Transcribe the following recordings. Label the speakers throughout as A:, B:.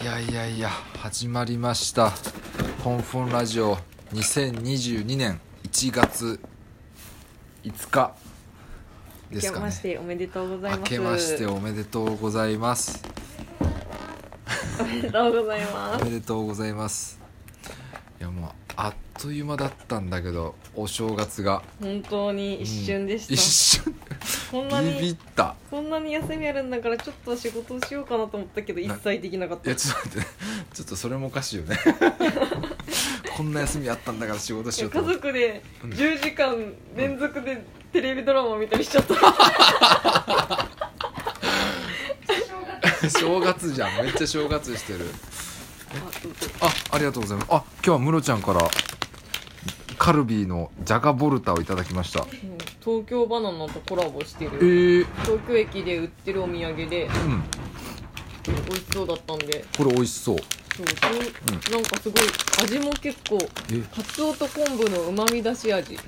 A: いやいやいや始まりました「フォンフォンラジオ」2022年1月5日で
B: 明け
A: すか
B: まし
A: ね
B: ておめでとうございます。
A: 明けましておめでとうございます
B: おめでとうございま
A: お
B: す。
A: めでとうございますいやもうあっという間だったんだけどお正月が
B: 本当に一瞬で
A: 一
B: し
A: 瞬
B: た。こんな
A: ビビ
B: に
A: った
B: こんなに休みあるんだからちょっと仕事をしようかなと思ったけど一切できなかっ
A: い
B: た。
A: やちょっと待ってちょっとそれもおかしいよ ねこんな休みあったんだから仕事し
B: い
A: よ
B: や
A: うと
B: 家
A: 思って
B: 族で
A: うん
B: 10時間連続でテレビドラマ見たりしちゃった。
A: 正月じゃんめっちゃ正月してるあありがとうございますあ今日はムロちゃんからカルビーのジャガボルタをいただきました
B: うん東京バナナとコラボして
A: え
B: る。
A: ー、
B: 東京駅で売ってるお土産で
A: うん
B: 美味しそうだったんで、
A: これ美味しそう
B: そうそうなんかすごい味も結構
A: え
B: カツオと昆布のうまみ出し味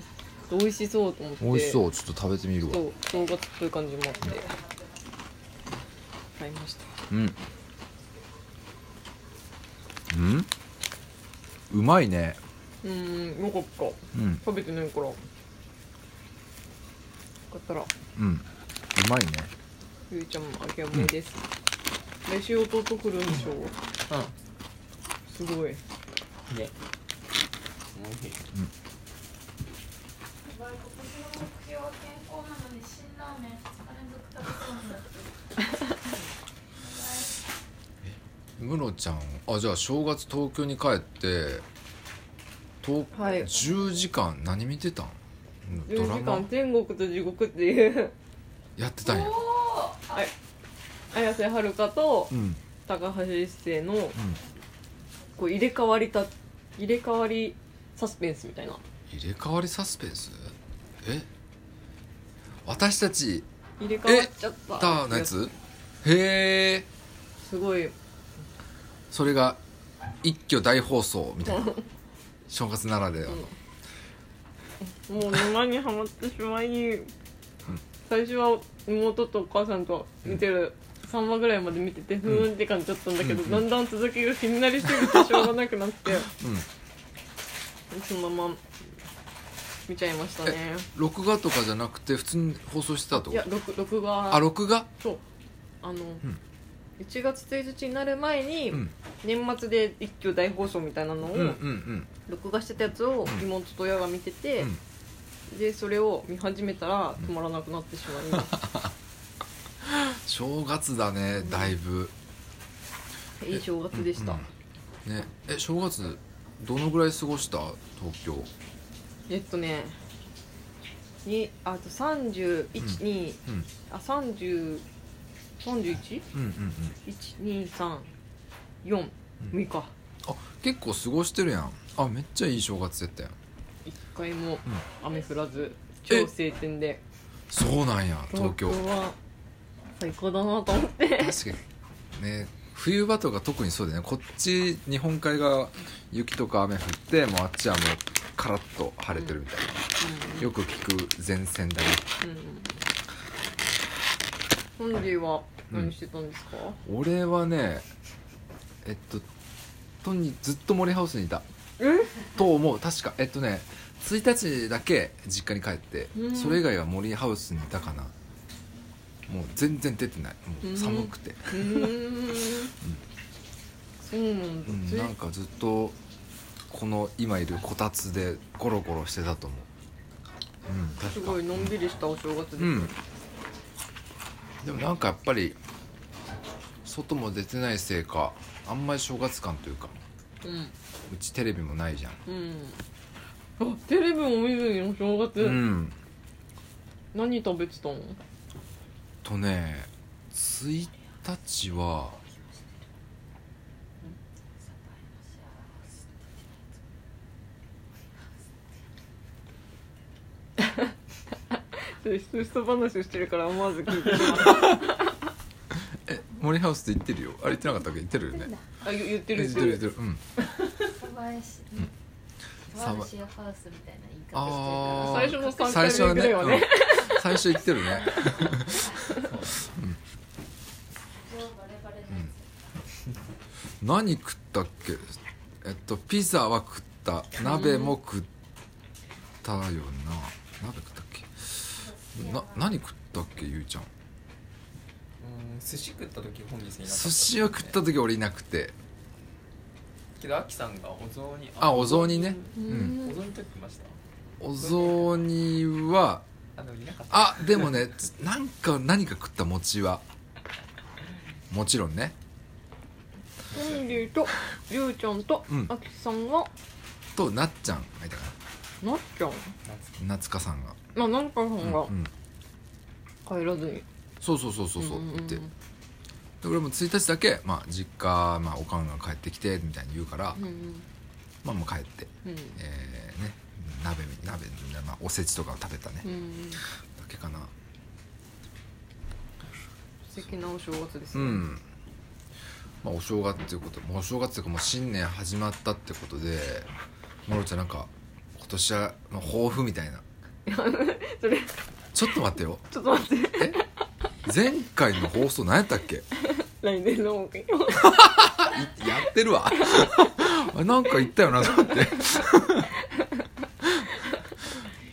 B: 美味しそうと思って
A: 美味しそうちょっと食べてみるわ
B: そう正月っぽい感じもあって買いました
A: うんうんうまいね
B: うーんよかった
A: うん
B: 食べてないからよかったら
A: うんうまいね
B: ゆうちゃんもあけおめです、来週弟来るんでしょう
C: う
B: すごい
C: ん。で、おいしい。
D: やばい今年の目標は健康なのに辛ラーメン2日連続食べそうになってる
A: ムロちゃんあじゃあ正月東京に帰って東
B: はい
A: 10時間何見てたんド
B: 10
A: ラ
B: 時間
A: マ
B: 天国と地獄っていう
A: やってたんや
D: おー
B: あ綾瀬はるかと
A: うん
B: 高橋一生のこう入れ替わりた入れ替わりサスペンスみたいな
A: 入れ替わりサスペンスえ私たち
B: 入れ替わっちゃった
A: だのやつへえ
B: すごい
A: それが一挙大放送みた いな正月ならではの、
B: もう沼にはまってしまい、最初は妹とお母さんと見てる3話ぐらいまで見ててふーんって感じだったんだけど、
A: うん
B: だんだん続きが気になりすぎてしょうがなくなって
A: うん
B: そのまま見ちゃいましたね
A: 録画とかじゃなくて普通に放送してたってこ
B: い
A: と
B: や録録
A: あ
B: 画
A: 録画
B: そうあの、
A: ん
B: 1月1日になる前に、
A: うん
B: 年末で一挙大放送みたいなのを、
A: うんうんうん
B: 録画してたやつを
A: うん
B: 妹と親が見てて、
A: うん
B: でそれを見始めたら止まらなくなってしまい、
A: 正月だねだいぶ、
B: いい正月でした、
A: うんねえ正月どのぐらい過ごした東京
B: えっとねにあと312、2
A: うん
B: あ三3 0
A: うんうんうん
B: 3 1 2 3 4 6日
A: あ結構過ごしてるやんあめっちゃいい正月やったやん
B: 一回も雨降らず超晴天で
A: そうなんや東京
B: は最高だなと思って
A: 確かにね冬場とか特にそうだよねこっち日本海側雪とか雨降ってもうあっちはもうカラッと晴れてるみたいな、よく聞く前線だね
B: うん、うん、ホンディは何してたんですか、
A: 俺はねえっととにずっと森ハウスにいた
B: え
A: と思う確かえっとね1日だけ実家に帰って
B: うん
A: それ以外は森ハウスにいたかなもう全然出てないもう寒くて
B: うーんそうなんだ
A: う、ん
B: ずい
A: なんかずっとこの今いるこたつでゴロゴロしてたと思ううん確か
B: すごいのんびりしたお正月です、
A: うんでもなんかやっぱり外も出てないせいかあんまり正月感というか
B: うん
A: うちテレビもないじゃん
B: うんあテレビも見ずにお正月、
A: うん
B: 何食べてたの
A: とね1日は
B: でスースト話をしてるから思わず 聞いてしまう
A: え森ハウスって言ってるよあれ言ってなかったっけ言ってるよね
B: あ言言ってる
A: 言
B: 言
A: っる言
B: っててる
A: ってるうん
D: 小林小
A: サバ
D: 林やハウスみたいな言い方
A: あ
B: 最
A: ー
B: 初の3
A: 最初は
B: 回目
A: ね
B: ぐらいはね
A: うん最初言ってるね
D: してるから情報バレバレのやつ
A: 何食ったっけえっとピザは食った鍋も食ったよな鍋食ったっけな何食ったっけゆうちゃん
C: うん寿司食った時本日いなかった、
A: 寿司を食った時俺いなくて
C: けどアキさんがお雑煮
A: あお雑煮ね
B: うん
C: お雑煮食ってました
A: お雑煮は
C: あでもいなかった
A: あでもねつなんか何か食った餅はもちろんね
B: トンリーとりゅうちゃんと
A: うん
B: あきさんが
A: となっちゃんがいたか
B: なっちゃん
A: な夏香さんが、
B: まあなんかさ
A: うんん
B: が
A: うん
B: 帰らずに
A: そうそうそうそうそう
B: うんうん
A: ってで俺も1日だけ、まあ、実家、まあ、おかんが帰ってきてみたいに言うから、
B: うんうん
A: まあもう帰って、
B: うん
A: えーね鍋鍋、まあ、おせちとかを食べたね、
B: う
A: だ
B: ん
A: けかな
B: 素敵なお正月です
A: う
B: ね
A: んまあお正月っていうこともうお正月っていうかもう新年始まったってことでもろちゃんなんか今年は、まあ、抱負みたいな
B: それ
A: ちょっと待ってよ
B: ちょっと待って
A: 前回の放送何やったっけ
B: 来年の目
A: い
B: 標
A: やってるわ あれなんか言ったよなと思って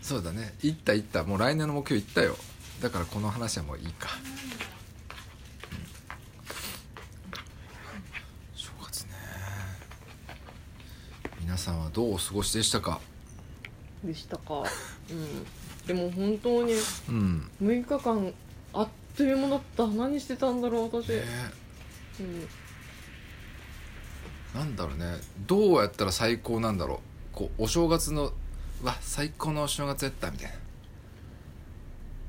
A: そうだね行った行ったもう来年の目標行ったよだからこの話はもういいか、うん正月ね皆さんはどうお過ごしでしたか
B: でしたかうんでも本当に
A: うん
B: 6日間あっという間だった何してたんだろう私、
A: ね
B: うん、
A: なんだろうねどうやったら最高なんだろうこうお正月のうわ最高のお正月やったみたい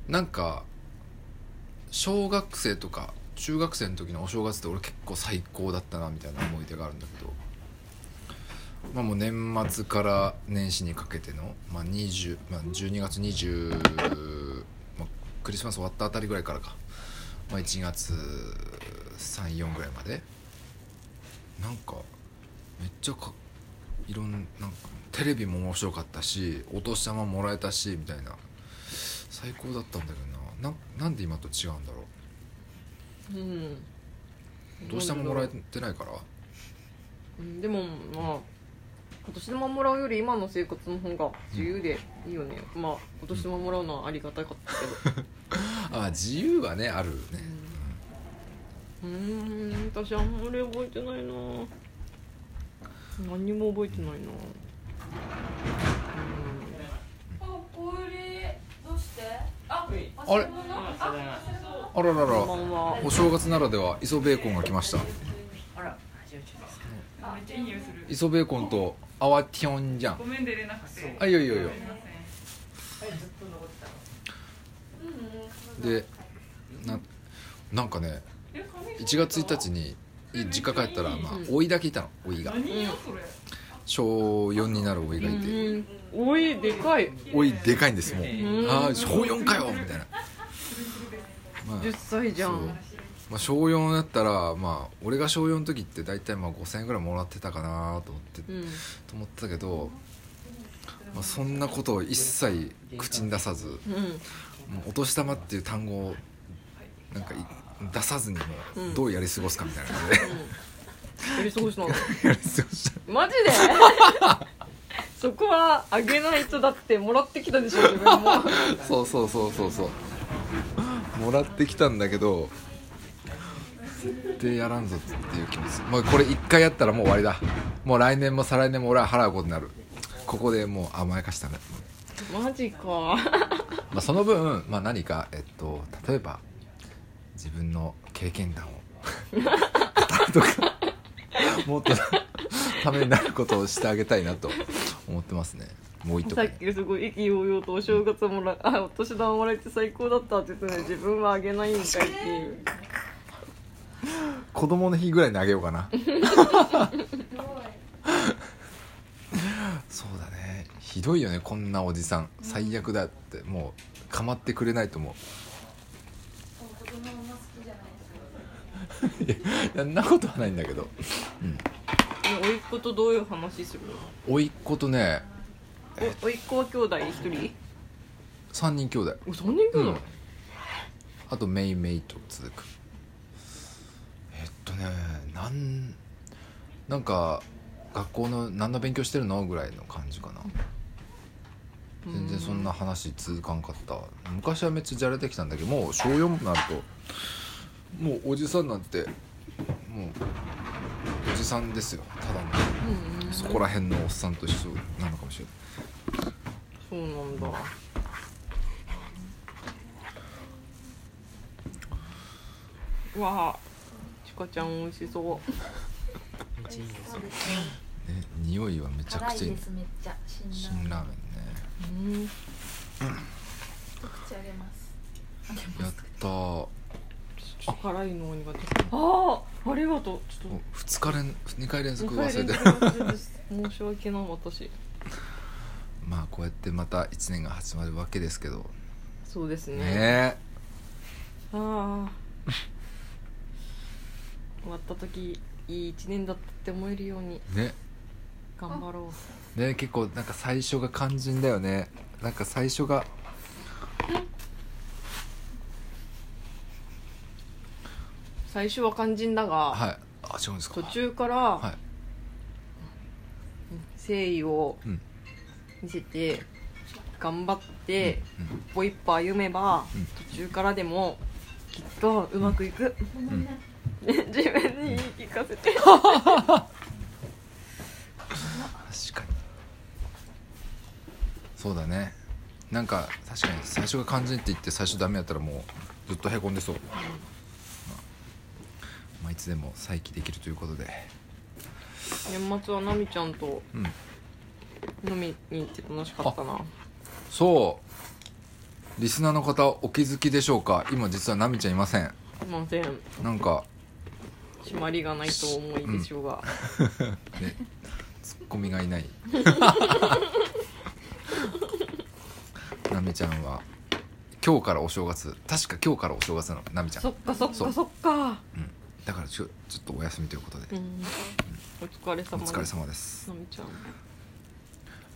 A: ななんか小学生とか中学生の時のお正月って俺結構最高だったなみたいな思い出があるんだけどまあもう年末から年始にかけての、まあ20まあ、12月20、まあクリスマス終わったあたりぐらいからか、まあ、1月34ぐらいまでなんかめっちゃかいろんなんかテレビも面白かったしお年玉もらえたしみたいな最高だったんだけどなななんで今と違うんだろ
B: うん
A: うどうしてももらえてないから
B: うんでもまあ今年ももらうより今の生活の方が自由でいいよね、まあ今年ももらうのはありがたかったけど
A: あ自由はねあるね、
B: うーん私あんまり覚えてないな何にも覚えてないな
D: あ、小売りどうしてあ、
C: うい
D: 忘れ物
C: あ
D: あ、
A: あ
C: 忘れ物
D: 忘れ物
A: らら
B: うん
A: ら
B: こんばんは
A: お正月ならでは磯ベーコンが来ました
E: あら、じゃあちょっと。めっちゃいい匂いする。
A: 磯ベーコンとアワティオンじゃん
E: ごめん出れなくて。
A: あいいよいいよいいよ
E: すみません。ずっと残ってたの。
D: うん
A: でななんかね1月1日にい実家帰ったらまあ甥だけいたの甥が
E: 何よそれ。
A: 小4になる甥
B: う
A: がいて
B: んおいでかい
A: 甥でかいんですもう
B: うん
A: ああ小4かよみたいな、まあ
B: 10歳じゃ
A: そうんまあ、小4だったら、まあ、俺が小4の時って大体まあ5000円ぐらいもらってたかなと思って、
B: うん
A: と思ってたけど、まあ、そんなことを一切口に出さずも
B: うん
A: うお年玉っていう単語をなんかい出さずにも
B: うん
A: どうやり過ごすかみたいな感じで、
B: やり過ごしたの
A: やり過ごした
B: マジで そこはあげないとだってもらってきたでしょ自分も
A: そうそうそうそうそうもらってきたんだけど絶対やらんぞっていう気持ちもうこれ一回やったらもう終わりだもう来年も再来年も俺は払うことになるここでもう甘やかしたね、
B: マジか
A: まあ、その分、まあ、何か、えっと、例えば自分の経験 談を語るとかもっとためになることをしてあげたいなと思ってますねもういいと
B: さ
A: こ
B: っきすごい意気揚々とお正月もらあお年玉もらえて最高だったって言ってたのに自分はあげないんかいっていう
A: 子供の日ぐらいにあげようかな
D: すごい
A: そうだねひどいよねこんなおじさん最悪だってもう構ってくれないと思
D: 子供あんま好きじゃないですよ
A: ういやんなことはないんだけど
B: おいっ子とどういう話する
A: 甥っ子とね
B: のおおいっ子は兄弟一人
A: 3人兄弟
B: お三人兄
A: うん
B: 弟
A: あとメイメイと続くえっとねななんなんか学校の何の勉強してるのぐらいの感じかな全然そんな話続かんかった昔はめっちゃじゃれてきたんだけどもう小4になるともうおじさんなんてもうおじさんですよただの
B: うんうん
A: そこら辺のおっさんと一緒なのかもしれない
B: そうなんだうわあちかちゃん美味しそう
C: めっちゃいいよそれ
A: ね匂いはめちゃく
D: 辛
A: ちゃい
D: い
A: い
D: ですめっちゃ辛
A: 辛
D: 辣
A: ラーメンね
B: うん
D: 口あげます
A: やったーお
B: ちょっと辛いの苦手ああありがとうちょっ
A: 二日連2回連
B: と
A: 続忘れてる
B: 申し訳ない私
A: まあこうやってまた1年が始まるわけですけど
B: そうですね
A: ね
B: ああ終わった時いい一年だったって思えるように
A: えね
B: 頑張ろ
A: ね結構なんか最初が肝心だよねなんか最初が
B: う最初は肝心だが、
A: はいあ違うんですか
B: 途中か
A: は
B: ら
A: い
B: 誠意を
A: うん
B: 見せて、頑張って
A: うん
B: 一歩一歩歩めば、
A: うん
B: 途中からでもきっとうまくいく、
D: ごめんね
B: 自分に言い聞かせて
A: 確かにそうだねなんか確かに最初が肝心って言って最初ダメやったらもうずっとへこんでそう、まあまあいつでも再起できるということで
B: 年末は奈美ちゃんと
A: うん
B: 飲みに行って楽しかったな
A: そうリスナーの方お気づきでしょうか今実はナミちゃんいません
B: すいません
A: なんか
B: 締まりがないと思いでしょうが、
A: ね、ツッコミがいない なみちゃんは今日からお正月確か今日からお正月なのなみちゃん
B: そっかそっ
A: そう
B: かそっか
A: うん、だからちょちょっとお休みということで、
B: うんお疲れ
A: お
B: 様です
A: 疲れ様です
B: のみちゃん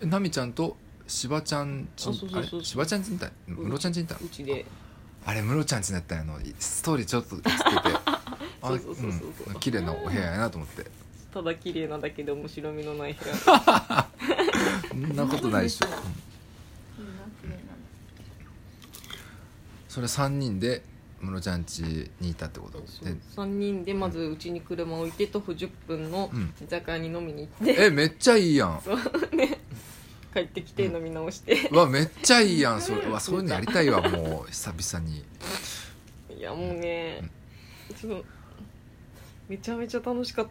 A: えなみちゃんとしばちゃんちん
B: あそう
A: あ
B: そう
A: れ
B: そう
A: しばちゃんちんたい
B: ん
A: ムロちゃんちんたいう
B: ちで
A: あれムロちゃんちんだったんやのストーリーちょっと映っててあ
B: そうそうそうそう
A: うん綺麗なお部屋やなと思って
B: ただ綺麗なだけで面白みのない部屋
A: そんなことないでしょ
D: いいな綺麗なの
A: それ3人でムロちゃんちにいたってことで
B: 3人でまずうちに車を置いて徒歩10分の
A: うん
B: 居酒屋に飲みに行って
A: えめっちゃいいやん
B: 帰ってきて飲み直して
A: うわめっちゃいいやんそれうわそういうのやりたいわもう久々に
B: いやもうねちょっとめちゃめちゃ楽しかっ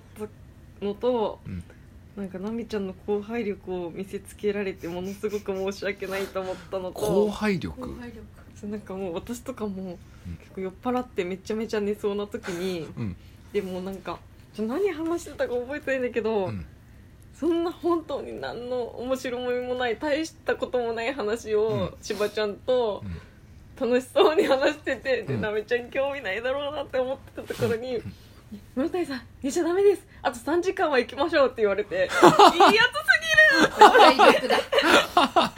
B: たのと
A: うん
B: なんか奈美ちゃんの後輩力を見せつけられてものすごく申し訳ないと思ったのと
A: 後輩力
D: 後輩力
B: そうなんかもう私とかも
A: うん
B: 結構酔っ払ってめちゃめちゃ寝そうな時に
A: うん
B: でもなんかちょ何話してたか覚えてないんだけど、
A: うん
B: そんな本当に何の面白みもない大したこともない話を
A: う
B: しばちゃんと
A: うん
B: 楽しそうに話してて、
A: う
B: で
A: ん
B: なめちゃん興味ないだろうなって思ってたところに「室谷さん寝ちゃダメですあと3時間は行きましょう」って言わ れていいや
D: 後輩力だ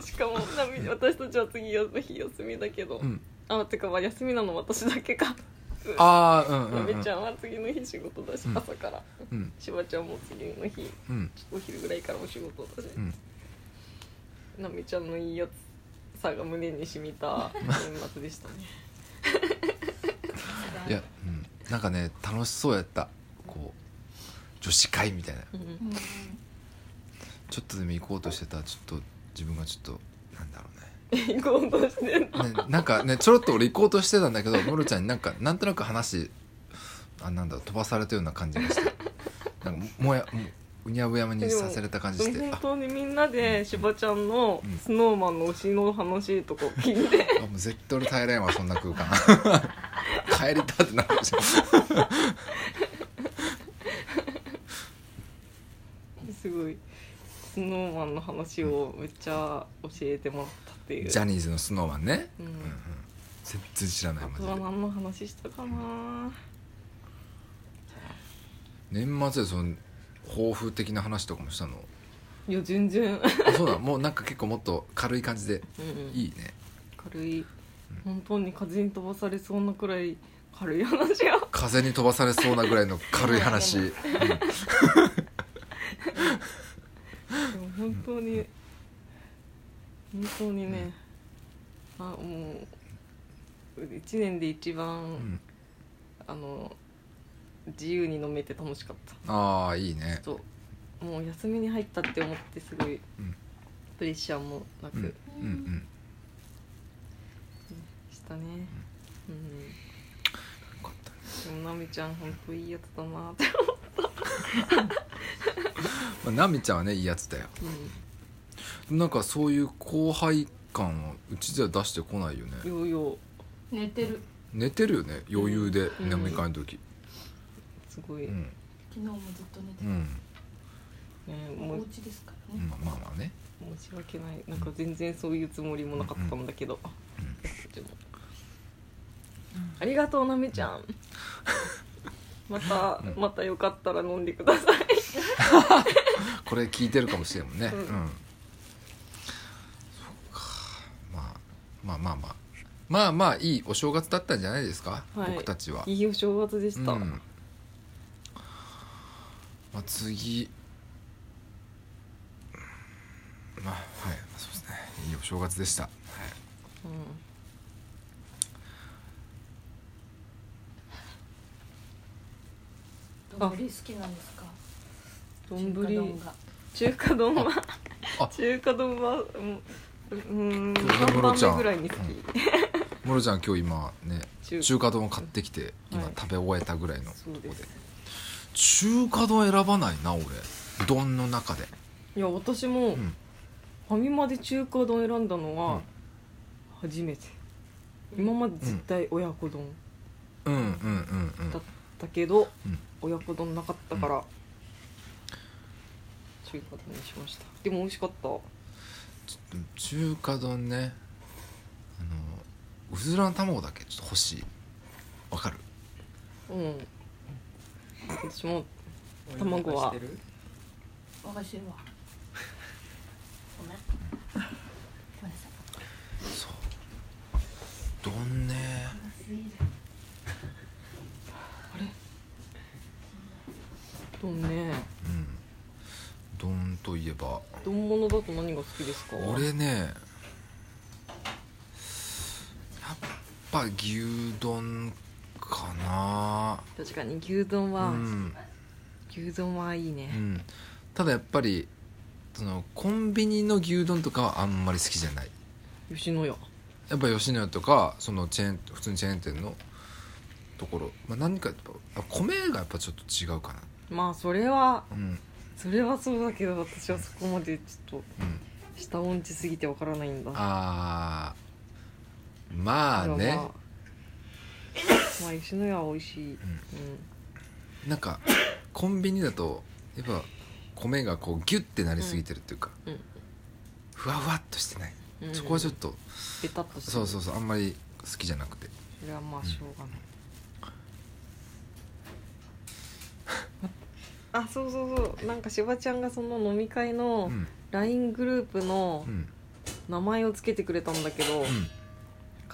B: つしかもなみ私たちは次の日休みだけど、
A: うん
B: あてかまあ休みなの私だけか。
A: ああうんう
B: なべ
A: ん
B: ちゃんは次の日仕事だし、
A: うん
B: 朝から
A: うん
B: しばちゃんも次の日
A: うん
B: お昼ぐらいからお仕事だし、
A: うん
B: なみちゃんのいいやつさが胸に染み た年末でしたね
A: いや、うん、なんかね楽しそうやったこう女子会みたいな
B: うん
D: うんうん
A: ちょっとでも行こうとしてたらちょっと自分がちょっとなんだろ
B: 行こうとしてんの
A: うねねなんかねちょろっと俺行こうとしてたんだけどムロちゃんになんかなんとなく話あなんだろう飛ばされたような感じがしてなんかもやもううにゃうやまにさせられた感じして
B: 本
A: あ
B: 当にみんなでしばちゃんの
A: うん
B: スノーマンの推しの話とか聞いて
A: あもう絶対俺耐えれんわそんな空間帰りたってなるじゃん
B: すごいスノーマンの話をめっちゃ教えてもらったっていう
A: ジャニーズのスノーマンね、
B: う
A: うんうん
B: ん、、
A: 全然知らないマ
B: あ
A: ジ
B: と
A: で
B: は何の話したかな
A: 年末でその抱負的な話とかもしたの
B: いや全然
A: あそうだもうなんか結構もっと軽い感じで
B: うんうん
A: いいね
B: 軽い本当に風に飛ばされそうなくらい軽い話が
A: 風に飛ばされそうなぐらいの軽い話、
E: う
A: うんん、
B: でも本当に本当にねあもう1年で一番、あの自由に飲めて楽しかった
A: ああいいね
B: そうもう休みに入ったって思ってすごい
A: うん
B: プレッシャーもなく
A: うんうんうん
B: したねうん、でもなみちゃん本当いいやつだなって、
A: まあナミちゃんはねいいやつだよなんかそういう後輩感をうちでは出してこないよね
B: うん、ようよう
D: 寝てる
A: 寝てるよね余裕で
B: うん
A: 飲み会の時、
B: すごいう
A: ん
D: 昨日もずっと寝て
A: う
D: る、
A: ん、
B: ねもう
D: お家ですから
A: う
D: ね、
A: ん、まあまあね
B: 申し訳ないなんか全然そういうつもりもなかったんだけど、でもありがとうなめちゃんまた、
A: うん
B: またよかったら飲んでください
A: これ聞いてるかもしれんもんね
B: う
A: うんん、そっかまあまあまあまあまあまあいいお正月だったんじゃないですか、
B: はい
A: 僕たちはい
B: いお正月でした、
A: うんまあ、次まあはいそうですねいいお正月でした、はい、
B: うん
D: どんぶり好きなんですか
B: 丼ぶ
D: 中華
B: り
D: 丼が
B: 中華丼は
A: あ
B: 中華丼はうんう
A: ム
B: ん3
A: ロちゃん
B: 番目ぐらいに好き、
A: もろちゃん今日今ね
B: 中
A: 中華丼を買ってきて今
B: はい
A: 食べ終えたぐらいのと
B: そう
A: こで,、
B: です
A: 中華丼選ばないな俺丼の中で
B: いや私も
A: う
B: フ
A: ん
B: ァミマで中華丼選んだのは初めて、今まで絶対親子丼
A: うんうんうんうん
B: だだけど、
A: うん
B: 親子丼なかったから、中華丼にしましたでも美味しかった
A: 中華丼ねあのうずらの卵だけちょっと欲しいわかる
B: うん私も卵は
D: おかしてるわごめんごめんなさい
A: そう丼ね
B: 丼ね
A: うん丼といえば
B: 丼物だと何が好きですか
A: 俺ねやっぱ牛丼かな
B: 確かに牛丼は、
A: うん、
B: 牛丼はいいうね、
A: ん、ただやっぱりそのコンビニの牛丼とかはあんまり好きじゃない
B: 吉野家
A: やっぱ吉野家とかそのチェーン普通にチェーン店のところ、まあ、何かやっぱあ米がやっぱちょっと違うかな
B: まあそれは
A: うん
B: それはそうだけど私はそこまでちょっと
A: うん
B: 下音痴すぎてわからないんだ
A: あーまあ
B: だから
A: ね
B: ま あ、まあ吉野家は美味しい、うん
A: なんかコンビニだとやっぱ米がこうギュッてなりすぎてるっていうか、
B: うんうん
A: ふわふわっとしてない、
B: うん
A: そこはちょっと
B: ベタっとしてる
A: そうそうそうあんまり好きじゃなくて
B: それはまあしょうがない、あそうそうそうなんかしばちゃんがその飲み会
A: う
B: の
A: ん
B: LINE グループの
A: うん
B: 名前をつけてくれたんだけど、
A: うん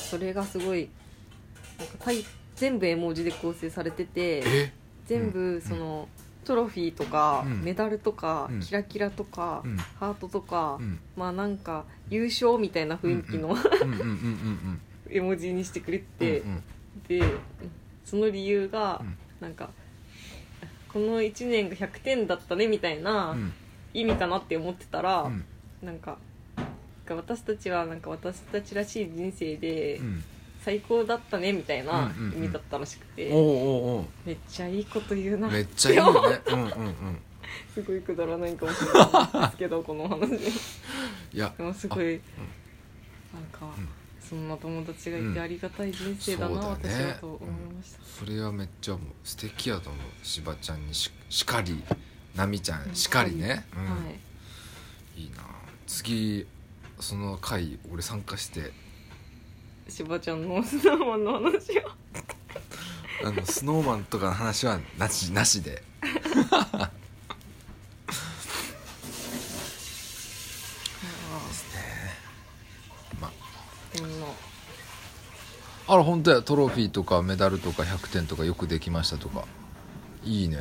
B: それがすごいなんかタイ全部絵文字で構成されてて
A: え
B: 全部その、トロフィーとか、
A: うん
B: メダルとか、
A: うん
B: キラキラとか、
A: うん
B: ハートとか、
A: うん
B: まあなんか優勝みたいな雰囲気の、
A: うんうんうんうん
B: 絵文字にしてくれ
A: うん
B: て、
A: うん
B: でその理由が、
A: うん
B: なんかこの1年が100点だったねみたいな
A: うん
B: 意味かなって思ってたら、
A: うん
B: なんかなんか私たちはなんか私たちらしい人生で
A: うん
B: 最高だったねみたいな
A: うんうんうん
B: 意味だったらしくて、
A: おうおう
B: めっちゃいいこと言う
A: お
B: な
A: うめっちゃいいよねうんうんうん
B: すごいくだらないかもしれないですけどこのお話
A: いや
B: でもすごいなんか、そんな友達がいてありがたい人生だな、
A: うんそうだね
B: 私はと思いました、
A: それはめっちゃもう素敵やと思うしばちゃんにししかりなみちゃんしかりね、うん
B: はい
A: い、いな次その回俺参加して
B: しばちゃんのスノーマンの話を
A: あのスノーマンとかの話はなしなしでですねまあ
B: でも
A: あら本当やトロフィーとかメダルとか100点とかよくできましたとかいいね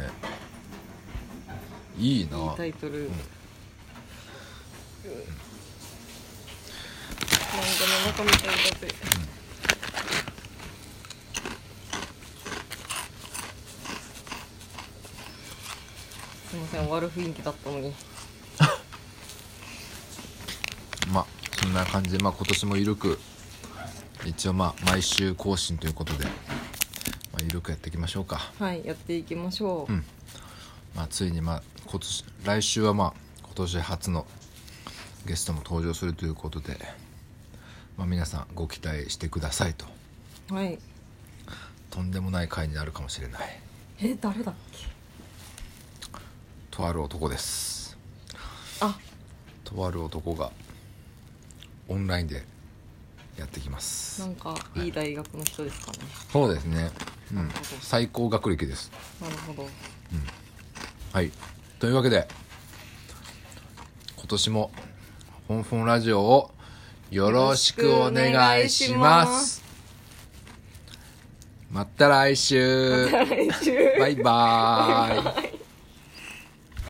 A: いいない
B: いタイトル、なんか生みたいだってすいません終わる雰囲気だったのに
A: まあそんな感じで、まあ、今年もゆるく一応まあ毎週更新ということで、まあ、ゆるくやっていきましょうか、
B: はいやっていきましょう、
A: うんまあ、ついにまあ今年来週はまあ今年初のゲストも登場するということで、まあ、皆さんご期待してくださいと
B: はい
A: とんでもない回になるかもしれない
B: え誰だっけ
A: とある男です
B: あ
A: とある男がオンラインでやってきま
B: な
A: す
B: んかいい大学の人ですかね、
A: そうですねうん
B: なるほど
A: 最高学歴です
B: なるほ ど
A: はいというわけで今年も「フォンフォンラジオ」をよろしくお願いしますまた来週
B: 来 週
A: バイバーイ